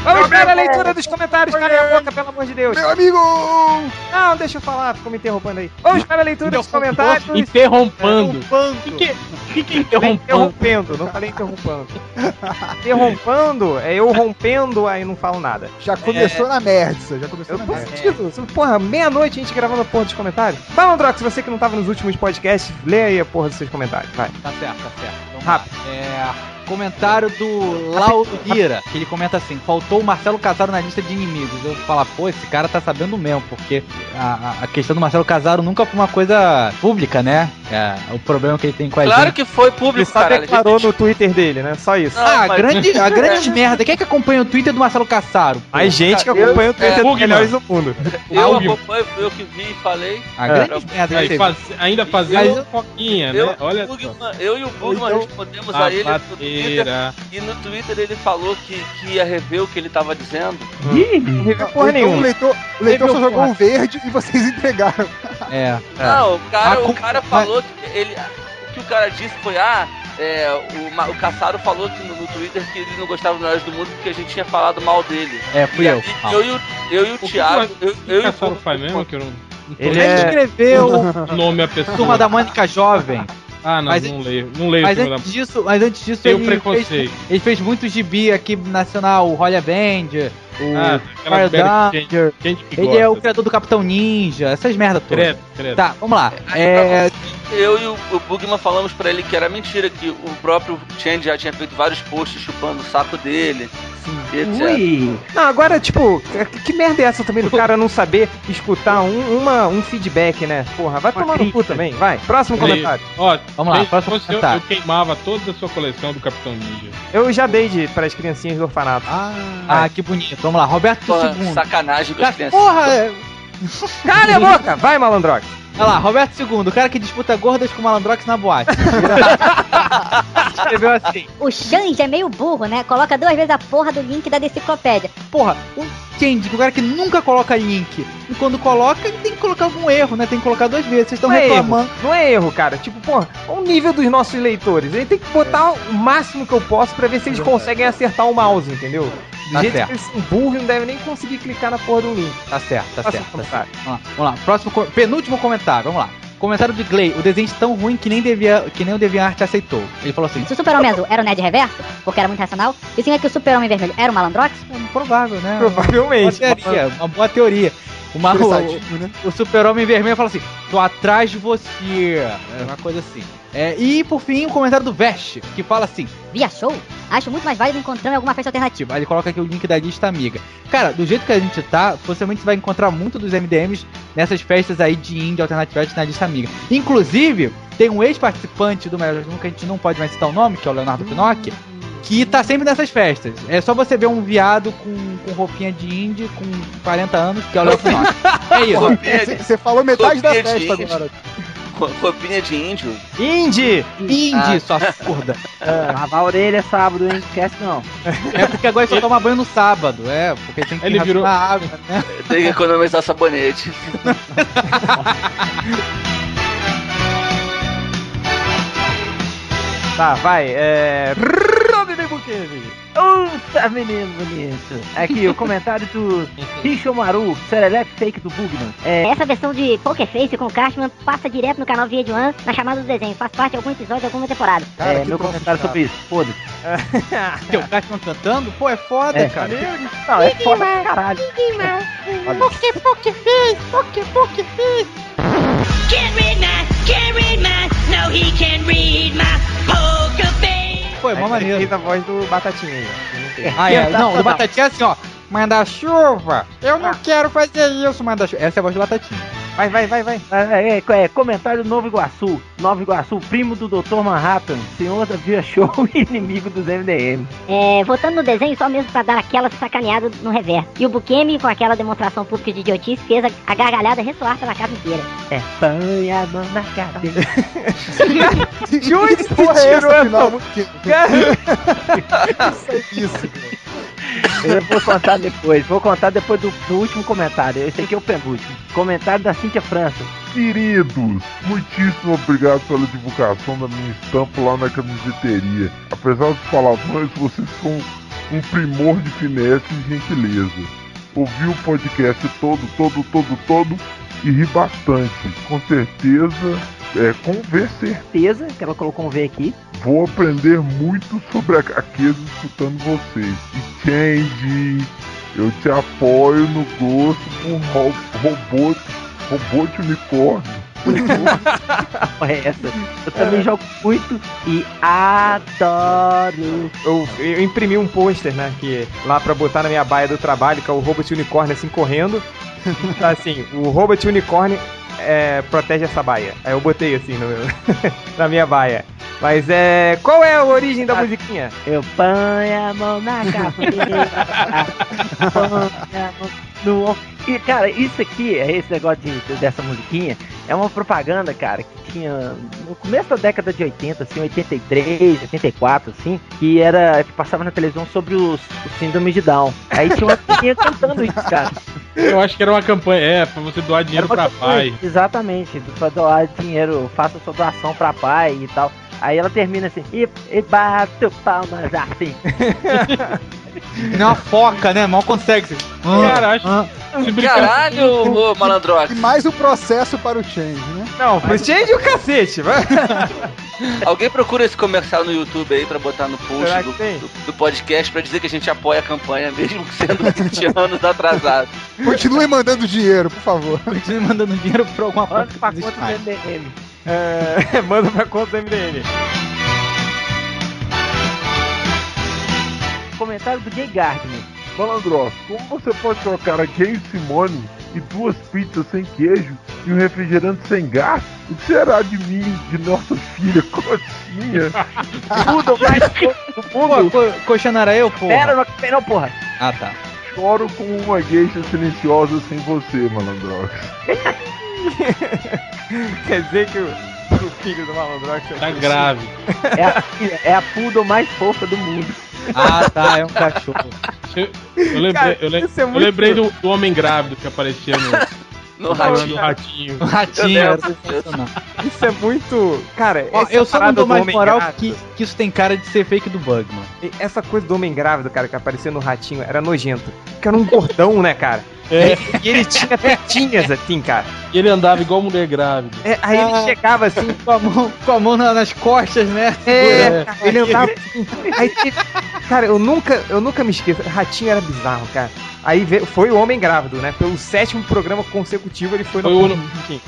Vamos para a leitura dos comentários, cara a boca, pelo amor de Deus!
Meu amigo!
Não, deixa eu falar, ficou me interrompendo aí. Vamos para a leitura dos comentários.
Interrompando.
Interrompendo.
Que
Falei
que interrompando?
Interrompendo, não falei interrompando. interrompando é eu rompendo, aí não falo nada.
Já começou na merda, você já começou
Eu
na
tô
merda.
sentindo. Porra, meia-noite a gente gravando a porra dos comentários. Fala, Androx, você que não tava nos últimos podcasts, lê aí a porra dos seus comentários. Vai.
Tá certo, tá certo. Vamos lá.
Rápido.
É, comentário do Lauro Lira, que ele comenta assim: faltou o Marcelo Casaro na lista de inimigos. Eu falo, pô, esse cara tá sabendo mesmo, porque a, a- a questão do Marcelo Casaro nunca foi uma coisa pública, né? É, o problema que ele tem com a
Claro
gente.
que foi
Ele
público,
só
cara.
declarou no Twitter dele, né? Só isso.
Não,
Ah,
mas-
grande, a grande merda. Quem é que acompanha o Twitter do Marcelo Cassaro? pô?
Mais gente que acompanha o Twitter dos
Bugman.
melhores do mundo.
Eu
Áudio.
acompanho, foi eu que vi e falei.
A
É.
grande merda. que
Aí,
teve.
faz- ainda
Mas
fazendo
eu-
foquinha,
Eu,
né? Olha
o
só.
Bugman- eu e o Bugman respondemos a ele no Twitter.
Bateira.
E no Twitter ele falou que, que ia rever o que ele tava dizendo.
Não,
Não teve É porra
então O
nenhuma.
leitor, o leitor
Teve
só
um
jogou
porra.
o verde e vocês entregaram.
É.
Não, Ah, o
Mas
cara, o
como-
cara
mas-
falou que ele. O que o cara disse foi, ah, é, o, Ma- o Caçaro falou que no, no Twitter que ele não gostava dos melhores do mundo porque a gente tinha falado mal dele.
É, fui
E
eu.
aí, eu, e o, eu e o
que
Thiago. Eu, eu
O
e o
Caçaro
Bugman-
faz mesmo que eu não
Ele
Ele é-
escreveu
nome a pessoa.
Turma da Mônica Jovem.
Ah, não,
Mas
não leio. Não leio
Mas
o filme
antes disso, mas antes disso
Tenho
fez,
um preconceito.
ele fez muito gibi aqui nacional, o Roller Band, o
Ah,
Fire
aquela bela que
Danger.
tem gente que
Ele é o
gosta.
criador do Capitão Ninja, essas merda todas.
Credo, credo.
Tá, vamos lá.
Aí,
É,
Eu e o, o Bugman falamos pra ele que era mentira, que o próprio Chen já tinha feito vários posts chupando o saco dele. e etc.
Ui.
Não, agora, tipo, que, que merda é essa também do cara não saber escutar um, uma, um feedback, né? Porra, vai
Uma
tomar no cu
crítica.
também, vai. Próximo comentário.
Ó,
Vamos lá,
se
próximo
fosse eu, eu
comentário.
queimava toda a sua coleção do Capitão Ninja.
Eu já dei de, pras criancinhas do orfanato.
Ah, que bonito. Vamos lá, Roberto
Porra,
II.
sacanagem com as crianças.
Porra! é-
Cala a boca! Vai, malandrox!
Olha lá, Roberto II, o cara que disputa gordas com malandrox na boate. Escreveu assim.
O Xande é meio burro, né? Coloca duas vezes a porra do link da deciclopédia.
Porra, o Change, o cara que nunca coloca link. E quando coloca, ele tem que colocar algum erro, né? Tem que colocar duas vezes. Vocês estão
Não é
reclamando.
erro, não é erro, cara. Tipo, porra, olha o nível dos nossos leitores. Ele tem que botar o máximo que eu posso pra ver se eles conseguem acertar o mouse, entendeu? Do
Tá
jeito
certo.
que eles são burros e não devem nem conseguir clicar na porra do link.
Tá certo, tá
Nossa,
certo. Tá
cara.
certo. Vamos lá, vamos lá. Próximo, co- penúltimo comentário, vamos lá. Comentário de Gley, o desenho tão ruim que nem, devia, que nem o DeviantArt aceitou. Ele falou assim,
Se o super-homem azul era o Ned Reverso, porque era muito racional, e sim é que o super-homem vermelho era o malandrox,
provável, né? Uma
Provavelmente.
teoria, uma boa teoria. O, Mar-
Engraçadinho, né?
o, o super-homem vermelho fala assim, tô atrás de você. É uma coisa assim. É, e por fim, o comentário do Vest, que fala assim,
via show, acho muito mais válido encontrar em alguma festa alternativa.
alternativa. Aí ele coloca aqui o link da lista amiga. Cara, do jeito que a gente tá, possivelmente você vai encontrar muito dos MDMs nessas festas aí de indie alternativas na lista amiga. Inclusive, tem um ex-participante do Melhor Jogo que a gente não pode mais citar o nome, que é o Leonardo Pinocchio, que tá sempre nessas festas. É só você ver um viado com, com roupinha de indie, com 40 anos, que é o Leonardo Pinocchio. É isso.
Roupinha de-
Você falou metade da
Copia de
festa
gente.
agora.
roupinha de índio.
Indy!
Indie,
Ah.
sua surda.
Lavar a orelha é sábado, hein? Esquece não.
É porque agora ele só toma banho no sábado, é, porque tem que
Ele virou-
racionar a água, né?
Tem que economizar sabonete.
Tá, vai, é. Rodney Bukele.
Ouça, menino bonito. Aqui, o comentário do Maru, Serelep Fake do Bugman. É,
Essa versão de Poker Face com o Cashman passa direto no canal Via de One na chamada do desenho, faz parte de algum episódio, de alguma temporada.
Cara,
é
que
meu
troço
comentário
chato.
sobre isso. Foda-se.
Porque o Cashman cantando, pô, é foda,
É,
cara.
Não, é foda pra caralho.
Poker, poker face, poker, poker face.
Can't read my, can't read my, no he can read my poker face.
Pô, é mó maneiro.
da voz do Batatinha aí, ó. Eu não sei.
Ah, é. Não,
Sensacional.
do Batatinha é assim, ó. Manda-chuva! Eu não
Ah.
quero fazer isso, manda-chuva. Essa é a voz do Batatinha.
Vai, vai, vai, vai.
É, é, é, comentário do Novo Iguaçu. Novo Iguaçu, primo do Dr. Manhattan, senhor da Via Show e inimigo dos MDM.
É, voltando no desenho só mesmo pra dar aquela sacaneada no reverso. E o Bukemi, com aquela demonstração pública de idiotice, fez a- a gargalhada ressoar pela casa inteira.
É, põe a mão na cabeça.
De onde
Que porra é essa final?
Eu vou contar depois, vou contar depois do, do último comentário. Esse aqui é o penúltimo. Comentário da Cíntia França.
Queridos, muitíssimo obrigado pela divulgação da minha estampa lá na camiseteria. Apesar dos palavrões, vocês são um primor de finesse e gentileza. Ouvi o podcast todo, todo, todo, todo e ri bastante. Com certeza, é, convencer.
Certeza que ela colocou um V aqui.
Vou aprender muito sobre a Kakeza escutando vocês. E Change, eu te apoio no gosto por ro robô, robô de unicórnio.
Porra, é essa. Eu também jogo muito e adoro.
Eu, eu imprimi um pôster, né? Que lá pra botar na minha baia do trabalho, que é o Robot Unicorn assim correndo. Tá assim, o Robot Unicorn é, protege essa baia. Aí eu botei assim no meu- na minha baia. Mas é. Qual é a origem
Ah.
da musiquinha?
Eu ponho a mão na cabeça. ponho a mão no ombro. E, cara, isso aqui, é esse negócio de- dessa musiquinha, é uma propaganda, cara, que tinha no começo da década de 80, assim, 83, 84, assim, que era, que passava na televisão sobre os, os síndromes de Down. Aí tinha uma menininha cantando isso, cara.
Eu acho que era uma campanha, é, pra você doar dinheiro
Era
pra
uma campanha,
pai.
Exatamente, pra doar dinheiro, faça sua doação pra pai e tal. Aí ela termina assim, e, e bateu palmas assim.
Não é uma foca, né? Mal consegue. assim.
Cara, acho se brincar.
Caralho, ô malandrox.
E mais um processo para o Change, né?
Não, foi cheio de um cacete, vai.
Alguém procura esse comercial no YouTube aí pra botar no post
Será que
do,
tem?
do- do podcast pra dizer que a gente apoia a campanha, mesmo sendo 20 anos atrasado.
Continue mandando dinheiro, por favor. Continue
mandando dinheiro por alguma Ah,
coisa.
MDM. É, manda pra conta do MDM.
Comentário do Jay Gardner.
Malandro, como você pode trocar a Game Simone e duas pizzas sem queijo e um refrigerante sem gás? O que será de mim, de nossa filha coxinha? Tudo mais do mundo.
Co coxa não era eu, porra?
Pera,
não, pera, porra.
Ah, tá.
Choro como uma geisha silenciosa sem você, malandrox.
Quer dizer que o, que o filho do Malandrox é
Ah.
Tá
assim.
grave.
É a, é a poodle mais fofa do mundo.
Ah, tá, é um cachorro.
Eu, eu lembrei,
Cara,
eu le-
isso é
eu
muito-
lembrei do, do homem grávido que aparecia no,
No
programa do
Ratinho.
ratinho.
O Um ratinho era sensacional.
Isso é muito. Cara,
Ó,
essa
eu só não
parada
dou
do
mais
homem
moral
grávido-
que, que isso tem cara de ser fake do Bugman.
E Essa coisa do homem grávido, cara, que apareceu no ratinho, era nojenta. Porque era um gordão, né, cara?
É.
E ele tinha tetinhas assim, cara.
E ele andava igual mulher grávida.
É, aí ele
Ah.
chegava assim,
Com a mão, com a mão na- nas costas, né?
É,
Segurando.
ele andava. Aí teve- Cara, eu nunca, eu nunca me esqueço. Ratinho era bizarro, cara. Aí veio- foi o Homem Grávido, né? Pelo sétimo programa consecutivo ele foi,
Foi
no.
o,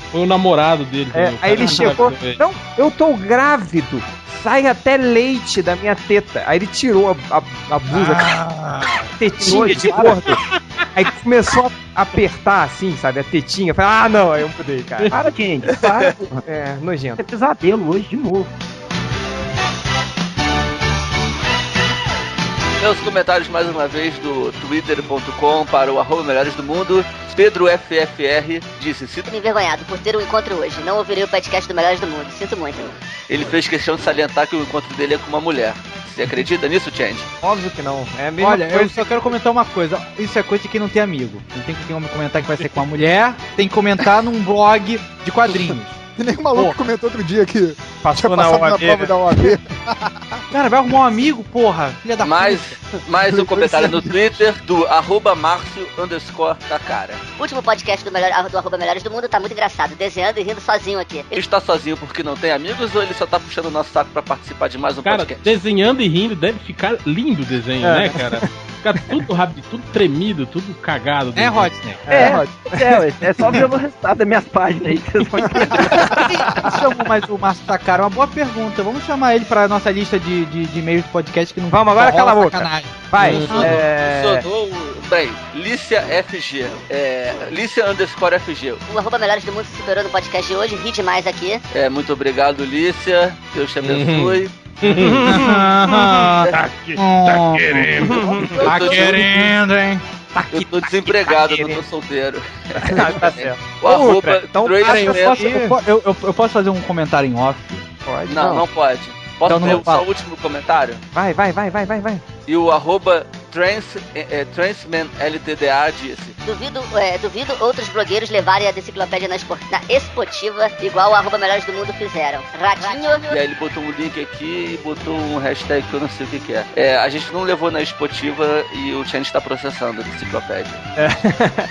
foi o namorado dele.
É,
também, o
aí
cara
ele chegou.
grávida também.
Não, eu tô grávido. Sai até leite da minha teta. Aí ele tirou a, a- a blusa, tetinha Ah. de gordo. Aí começou a apertar assim, sabe? A tetinha. Eu Falei, ah, não, aí eu mudei, cara.
Para, gente, para. porra.
É,
É
nojento.
pesadelo hoje de novo.
Meus comentários mais uma vez do twitter.com para o arroba melhores do mundo. Pedro FFR disse: "Sinto
Sinto-me envergonhado por ter um encontro hoje. Não ouvirei o podcast do Melhores do Mundo. Sinto muito.
Ele fez questão de salientar que o encontro dele é com uma mulher. Você acredita nisso, Change?
Óbvio que não. É a mesma
Olha,
coisa.
eu só quero comentar uma coisa. Isso é coisa de quem não tem amigo. Não tem que quem comentar que vai ser com a mulher. Tem que comentar num blog de quadrinhos.
Que nem o maluco que comentou outro dia que
Passou
tinha
na
passado na,
OAB,
prova
né?
da OAB.
Cara, vai arrumar um amigo, porra. Filha
Tá.
da
Mais, mais um
é.
comentário no Twitter do arroba Márcio underscore Takara.
O último podcast do, melhor, do arroba Melhores do Mundo tá muito engraçado, desenhando e rindo sozinho aqui.
Ele está sozinho porque não tem amigos ou ele só tá puxando o nosso saco pra participar de mais um
Cara,
podcast?
desenhando e rindo deve ficar lindo o desenho,
É.
né, cara? Fica tudo rápido, tudo tremido, tudo cagado.
É, Rodney.
É, é, ué, é só ver o resultado das minhas páginas aí que vocês vão entender.
chamou é um mais o Márcio Takara? Uma boa pergunta. Vamos chamar ele pra nossa lista de, de, de e-mails do podcast que não
Vamos, agora
só
cala a
rola
boca.
sacanagem.
Vai.
Hum.
É...
Sonou o. Peraí, Lícia FG. É, Lícia underscore FG.
O arroba Melhores do Mundo se superou no podcast de hoje. Ri demais aqui.
É, muito obrigado, Lícia. Deus te
Uhum.
abençoe.
tá,
que-
tá
querendo.
Tá querendo, hein?
Eu tô desempregado, não tô solteiro.
tá certo.
O arroba
então,
Droid
Cara, eu
Neto-
posso, eu, po- eu- eu- eu posso fazer um comentário em off?
Pode.
Não, não pode. Posso
Então não
ler
vou
o só
falar.
o último comentário?
Vai, vai, vai, vai, vai, vai.
E o arroba trans, é, é, transmanltda disse...
Duvido, é, duvido outros blogueiros levarem a enciclopédia na, espor- na expotiva igual o arroba Melhores do Mundo fizeram. Ratinho.
E aí ele botou um link aqui e botou um hashtag que eu não sei o que, que é. É, a gente não levou na esportiva e o Change tá processando a enciclopédia.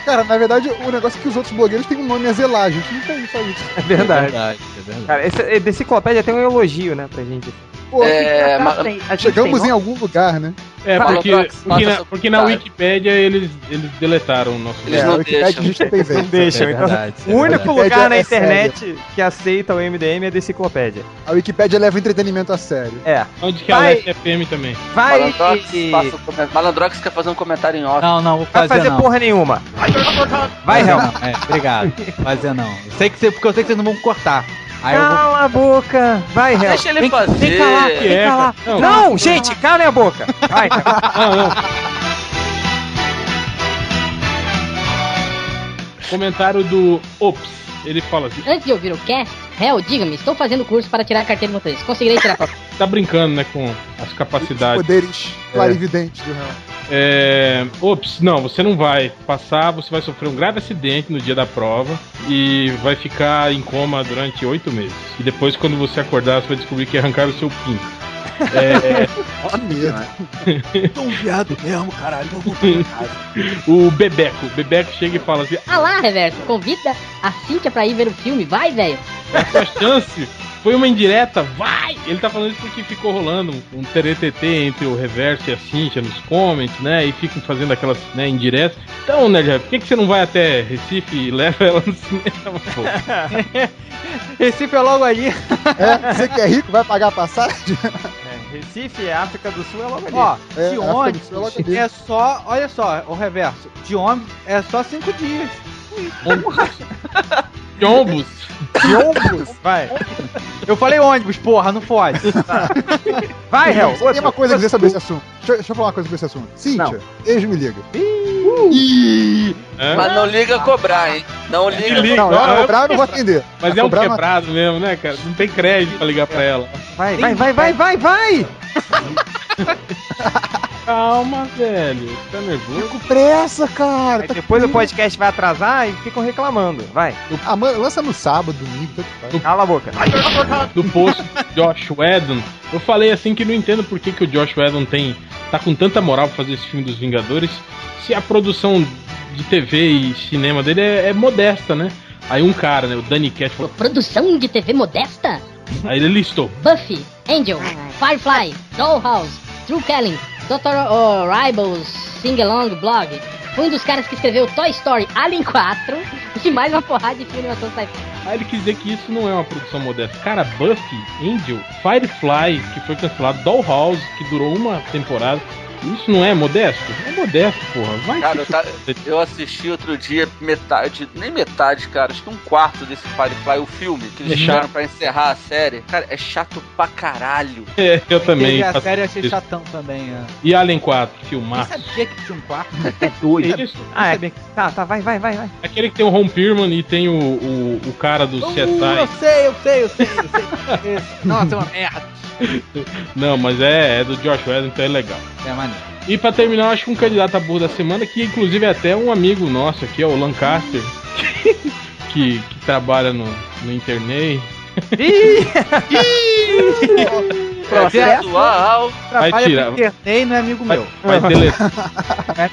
Cara, na verdade, o negócio é que os outros blogueiros têm um nome a zelar, a gente não tem só isso.
É verdade.
é verdade.
Cara, esse, esse enciclopédia tem um elogio, né, pra gente.
Pô,
É,
que-
ma-
Tem- a gente
chegamos
tem
em algum lugar, né?
É,
Fala,
porque,
Drox,
porque,
faça
na,
seu
porque na
comentário.
Wikipédia eles, eles deletaram o nosso.
Eles
É,
não
o Wikipedia
deixam.
a gente não tem
Não
vez.
deixam,
é
então.
verdade, isso é
o único
verdade.
lugar na
É sério.
internet que aceita o MDM é da enciclopédia.
A Wikipédia leva o entretenimento a sério.
É.
Onde que a
Vai.
Leste FM também.
Vai.
Malandrox, faça o comentário. Malandrox quer fazer um comentário em off.
Não, não, vou
Vai
fazer,
fazer
não.
porra nenhuma. Vai,
Fazer
Helma.
não. É, obrigado. Fazer não. Eu sei que você, porque eu sei que vocês não vão cortar. Aí eu vou...
Cala a boca. Vai, Helma.
Deixa ele fazer.
Que é, cara? Não,
Não, gente, calem a boca. Vai, então. Helma.
não, não. Comentário do Ops. Ele fala assim:
Antes de ouvir o cast, réu, diga-me, estou fazendo curso para tirar a carteira de motorista. Conseguirei tirar a própria.
tá brincando, né, com as capacidades.
Poderes
É.
clarividentes do Real.
É, Ops, não, você não vai passar, você vai sofrer um grave acidente no dia da prova e vai ficar em coma durante oito meses. E depois, quando você acordar, você vai descobrir que é arrancaram o seu pin.
Que medo.
Tô um viado mesmo, caralho. um Vou voltar
O Bebeco, o Bebeco chega e fala assim:
Ah lá, Reverso, convida a Cíntia pra ir ver o filme, vai, velho.
a sua chance Foi uma indireta? Vai! Ele tá falando isso porque ficou rolando um, um TRTT entre o Reverso e a Cintia nos comments, né? E ficam fazendo aquelas né, indiretas. Então, né, Jeff, por que, que você não vai até Recife e leva ela no cinema? Pô?
Recife é logo ali.
É, você que é rico vai pagar a passagem?
Recife, África do Sul é logo ali.
Ó,
É,
de
África do
ônibus
Sul é logo ali.
é só, olha só, o reverso. De ônibus é só cinco dias.
De ônibus?
De ônibus? Vai. Eu falei ônibus, porra, não fode. Vai, Hel.
Tem uma coisa a dizer sobre esse assunto. Deixa, eu- deixa eu falar uma coisa sobre esse assunto. Cíntia, ex me liga. Ih!
Mas não liga a cobrar, hein? Não liga.
É. liga,
Não,
ó.
não, cobrar eu não vou atender.
Mas é um
Cobrar eu não-
quebrado mesmo, né, cara? Não tem crédito pra ligar pra ela.
Vai, vai, vai, vai, vai, vai!
Calma, velho. Tá nervoso?
Pressa, cara.
Aí depois o podcast vai atrasar e ficam reclamando. Vai.
Ah, mano, lança no sábado, domingo, tanto faz.
Cala a boca.
do post do Josh Whedon. Eu falei assim que não entendo por que, que o Josh Whedon tem tá com tanta moral pra fazer esse filme dos Vingadores, se a produção de TV e cinema dele é, é modesta, né? Aí um cara, né, o Danny Cat, falou, assim,
Produção de TV modesta?
aí ele listou.
Buffy, Angel, Firefly, Dollhouse, True Calling, Dr. Oribals, Sing Along Blog. Foi um dos caras que escreveu Toy Story, Alien 4 e mais uma porrada de filme animação sci-fi.
Aí ele quis dizer que isso não é uma produção modesta. Cara, Buffy, Angel, Firefly, que foi cancelado, Dollhouse, que durou uma temporada. Isso não é modesto? É modesto, porra. Vai
Cara, eu,
se
tá- eu assisti outro dia metade, nem metade, cara, acho que um quarto desse Firefly, o filme que eles
É
fizeram
chato.
pra encerrar a série. Cara, é chato pra caralho.
É, eu também.
Teve a
passei
série eu
por
achei
isso.
chatão também. É.
E Alien 4,
Nem
filmar.
sabia que tinha um quarto.
Isso.
Ah, é. Tá, tá, vai, vai, vai, vai.
Aquele que tem o Ron Pierman e tem o, o, o cara do
eu
CSI.
sei, eu sei, eu sei, eu sei. Esse. Nossa, é uma merda.
Não, mas é, é do Josh Whedon, então é legal.
É maneiro.
E pra terminar, eu acho que um candidato a burro da semana, que inclusive é até um amigo nosso aqui, é o Lancaster, que, que trabalha no, no internet.
é
Processo ao.
Vai tirar.
pro internet e não é amigo
Vai,
meu.
vai, deletar,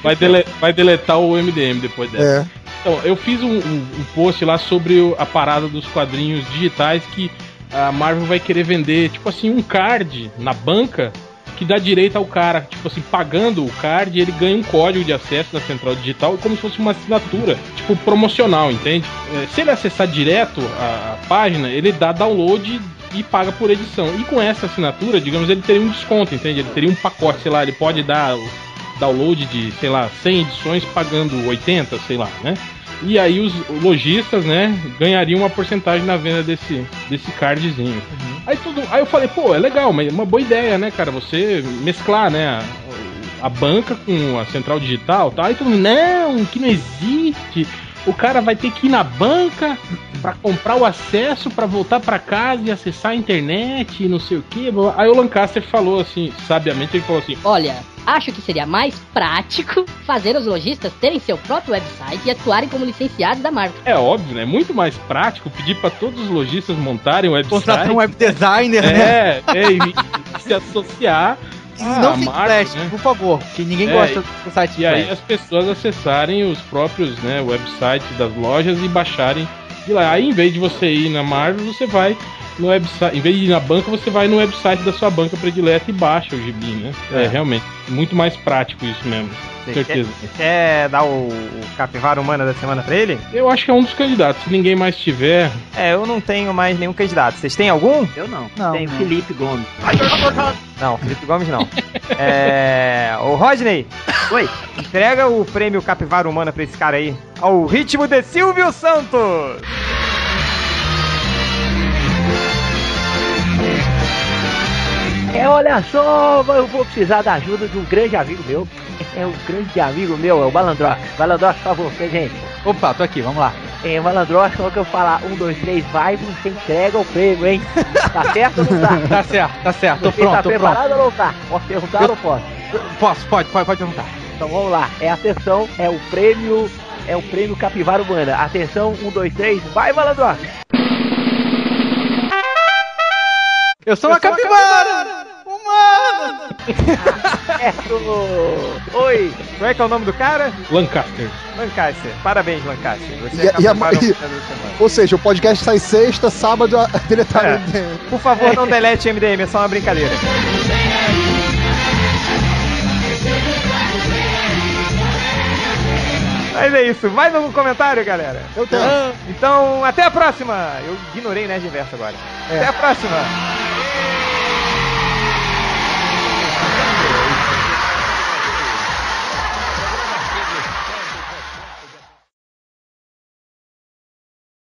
vai, dele- vai deletar o MDM depois dessa.
É.
Então, eu fiz um, um- um post lá sobre o- a parada dos quadrinhos digitais que a Marvel vai querer vender, tipo assim, um card na banca que dá direito ao cara, tipo assim, pagando o card, ele ganha um código de acesso na central digital, como se fosse uma assinatura, tipo promocional, entende? É, Se ele acessar direto a, a página, ele dá download e paga por edição. E com essa assinatura, digamos, ele teria um desconto, entende? Ele teria um pacote, sei lá, ele pode dar o download de, sei lá, 100 edições pagando 80, sei lá, né? E aí os lojistas, né, ganhariam uma porcentagem na venda desse, desse cardzinho. Aí, tudo, aí eu falei, pô, é legal, mas é uma boa ideia, né, cara? Você mesclar, né, a, a banca com a central digital, tá? Aí todo mundo, não, que não existe. O cara vai ter que ir na banca pra comprar o acesso pra voltar pra casa e acessar a internet e não sei o que. Aí o Lancaster falou assim, sabiamente, ele falou assim,
Olha, acho que seria mais prático fazer os lojistas terem seu próprio website e atuarem como licenciados da Marvel.
É óbvio, né? É muito mais prático pedir pra todos os lojistas montarem um website.
Contratar um web designer, né?
É, é, e se associar. à
não fique
marca,
flash,
né?
por favor, que ninguém
É,
gosta do site
E
flash.
aí as pessoas acessarem os próprios né, websites das lojas e baixarem de lá. Aí em vez de você ir na Marvel, você vai no website. Em vez de ir na banca, você vai no website da sua banca predileta e baixa o gibi, né? É,
É.
realmente. Muito mais prático isso mesmo. Com
Você quer,
certeza.
quer dar o, o capivara humana da semana pra ele?
Eu acho que é um dos candidatos. Se ninguém mais tiver,
É, eu não tenho mais nenhum candidato. Vocês têm algum?
Eu não.
Não,
Tem o
não.
Felipe Gomes.
Não, Felipe Gomes não. é. Ô Rodney! Oi! Entrega o prêmio Capivara Humana pra esse cara aí. Ao ritmo de Silvio Santos!
É, olha só, eu vou precisar da ajuda de um grande amigo meu. É um grande amigo meu, é o Balandrox. Balandrox, por favor, gente.
Opa, tô aqui, vamos lá.
É, Balandrox, só que eu falar um, dois, três, vai, você entrega o prêmio, hein? Tá certo ou não tá?
Tá certo, tá certo, tô
Você tá
pronto, tô pronto.
preparado ou não tá? Posso perguntar ou não posso?
Posso, pode, pode, pode perguntar.
Então vamos lá, é atenção, é o prêmio, é o prêmio Capivara Humana. Atenção, um, dois, três, vai, Balandrox!
Eu sou uma capivara! Humana!
Certo. Oi, como é que é o nome do cara?
Lancaster.
Lancaster. Parabéns, Lancaster. Você é
E a- e a-
acabaram
e-
com essa semana.
Ou seja, o podcast sai sexta, sábado, a deletar
É.
no MDM.
Por favor, não delete MDM, é só uma brincadeira. Mas é isso, mais algum comentário, galera? Eu
tenho. É.
Então, até a próxima! Eu ignorei Nerd Inverso agora. Até a próxima!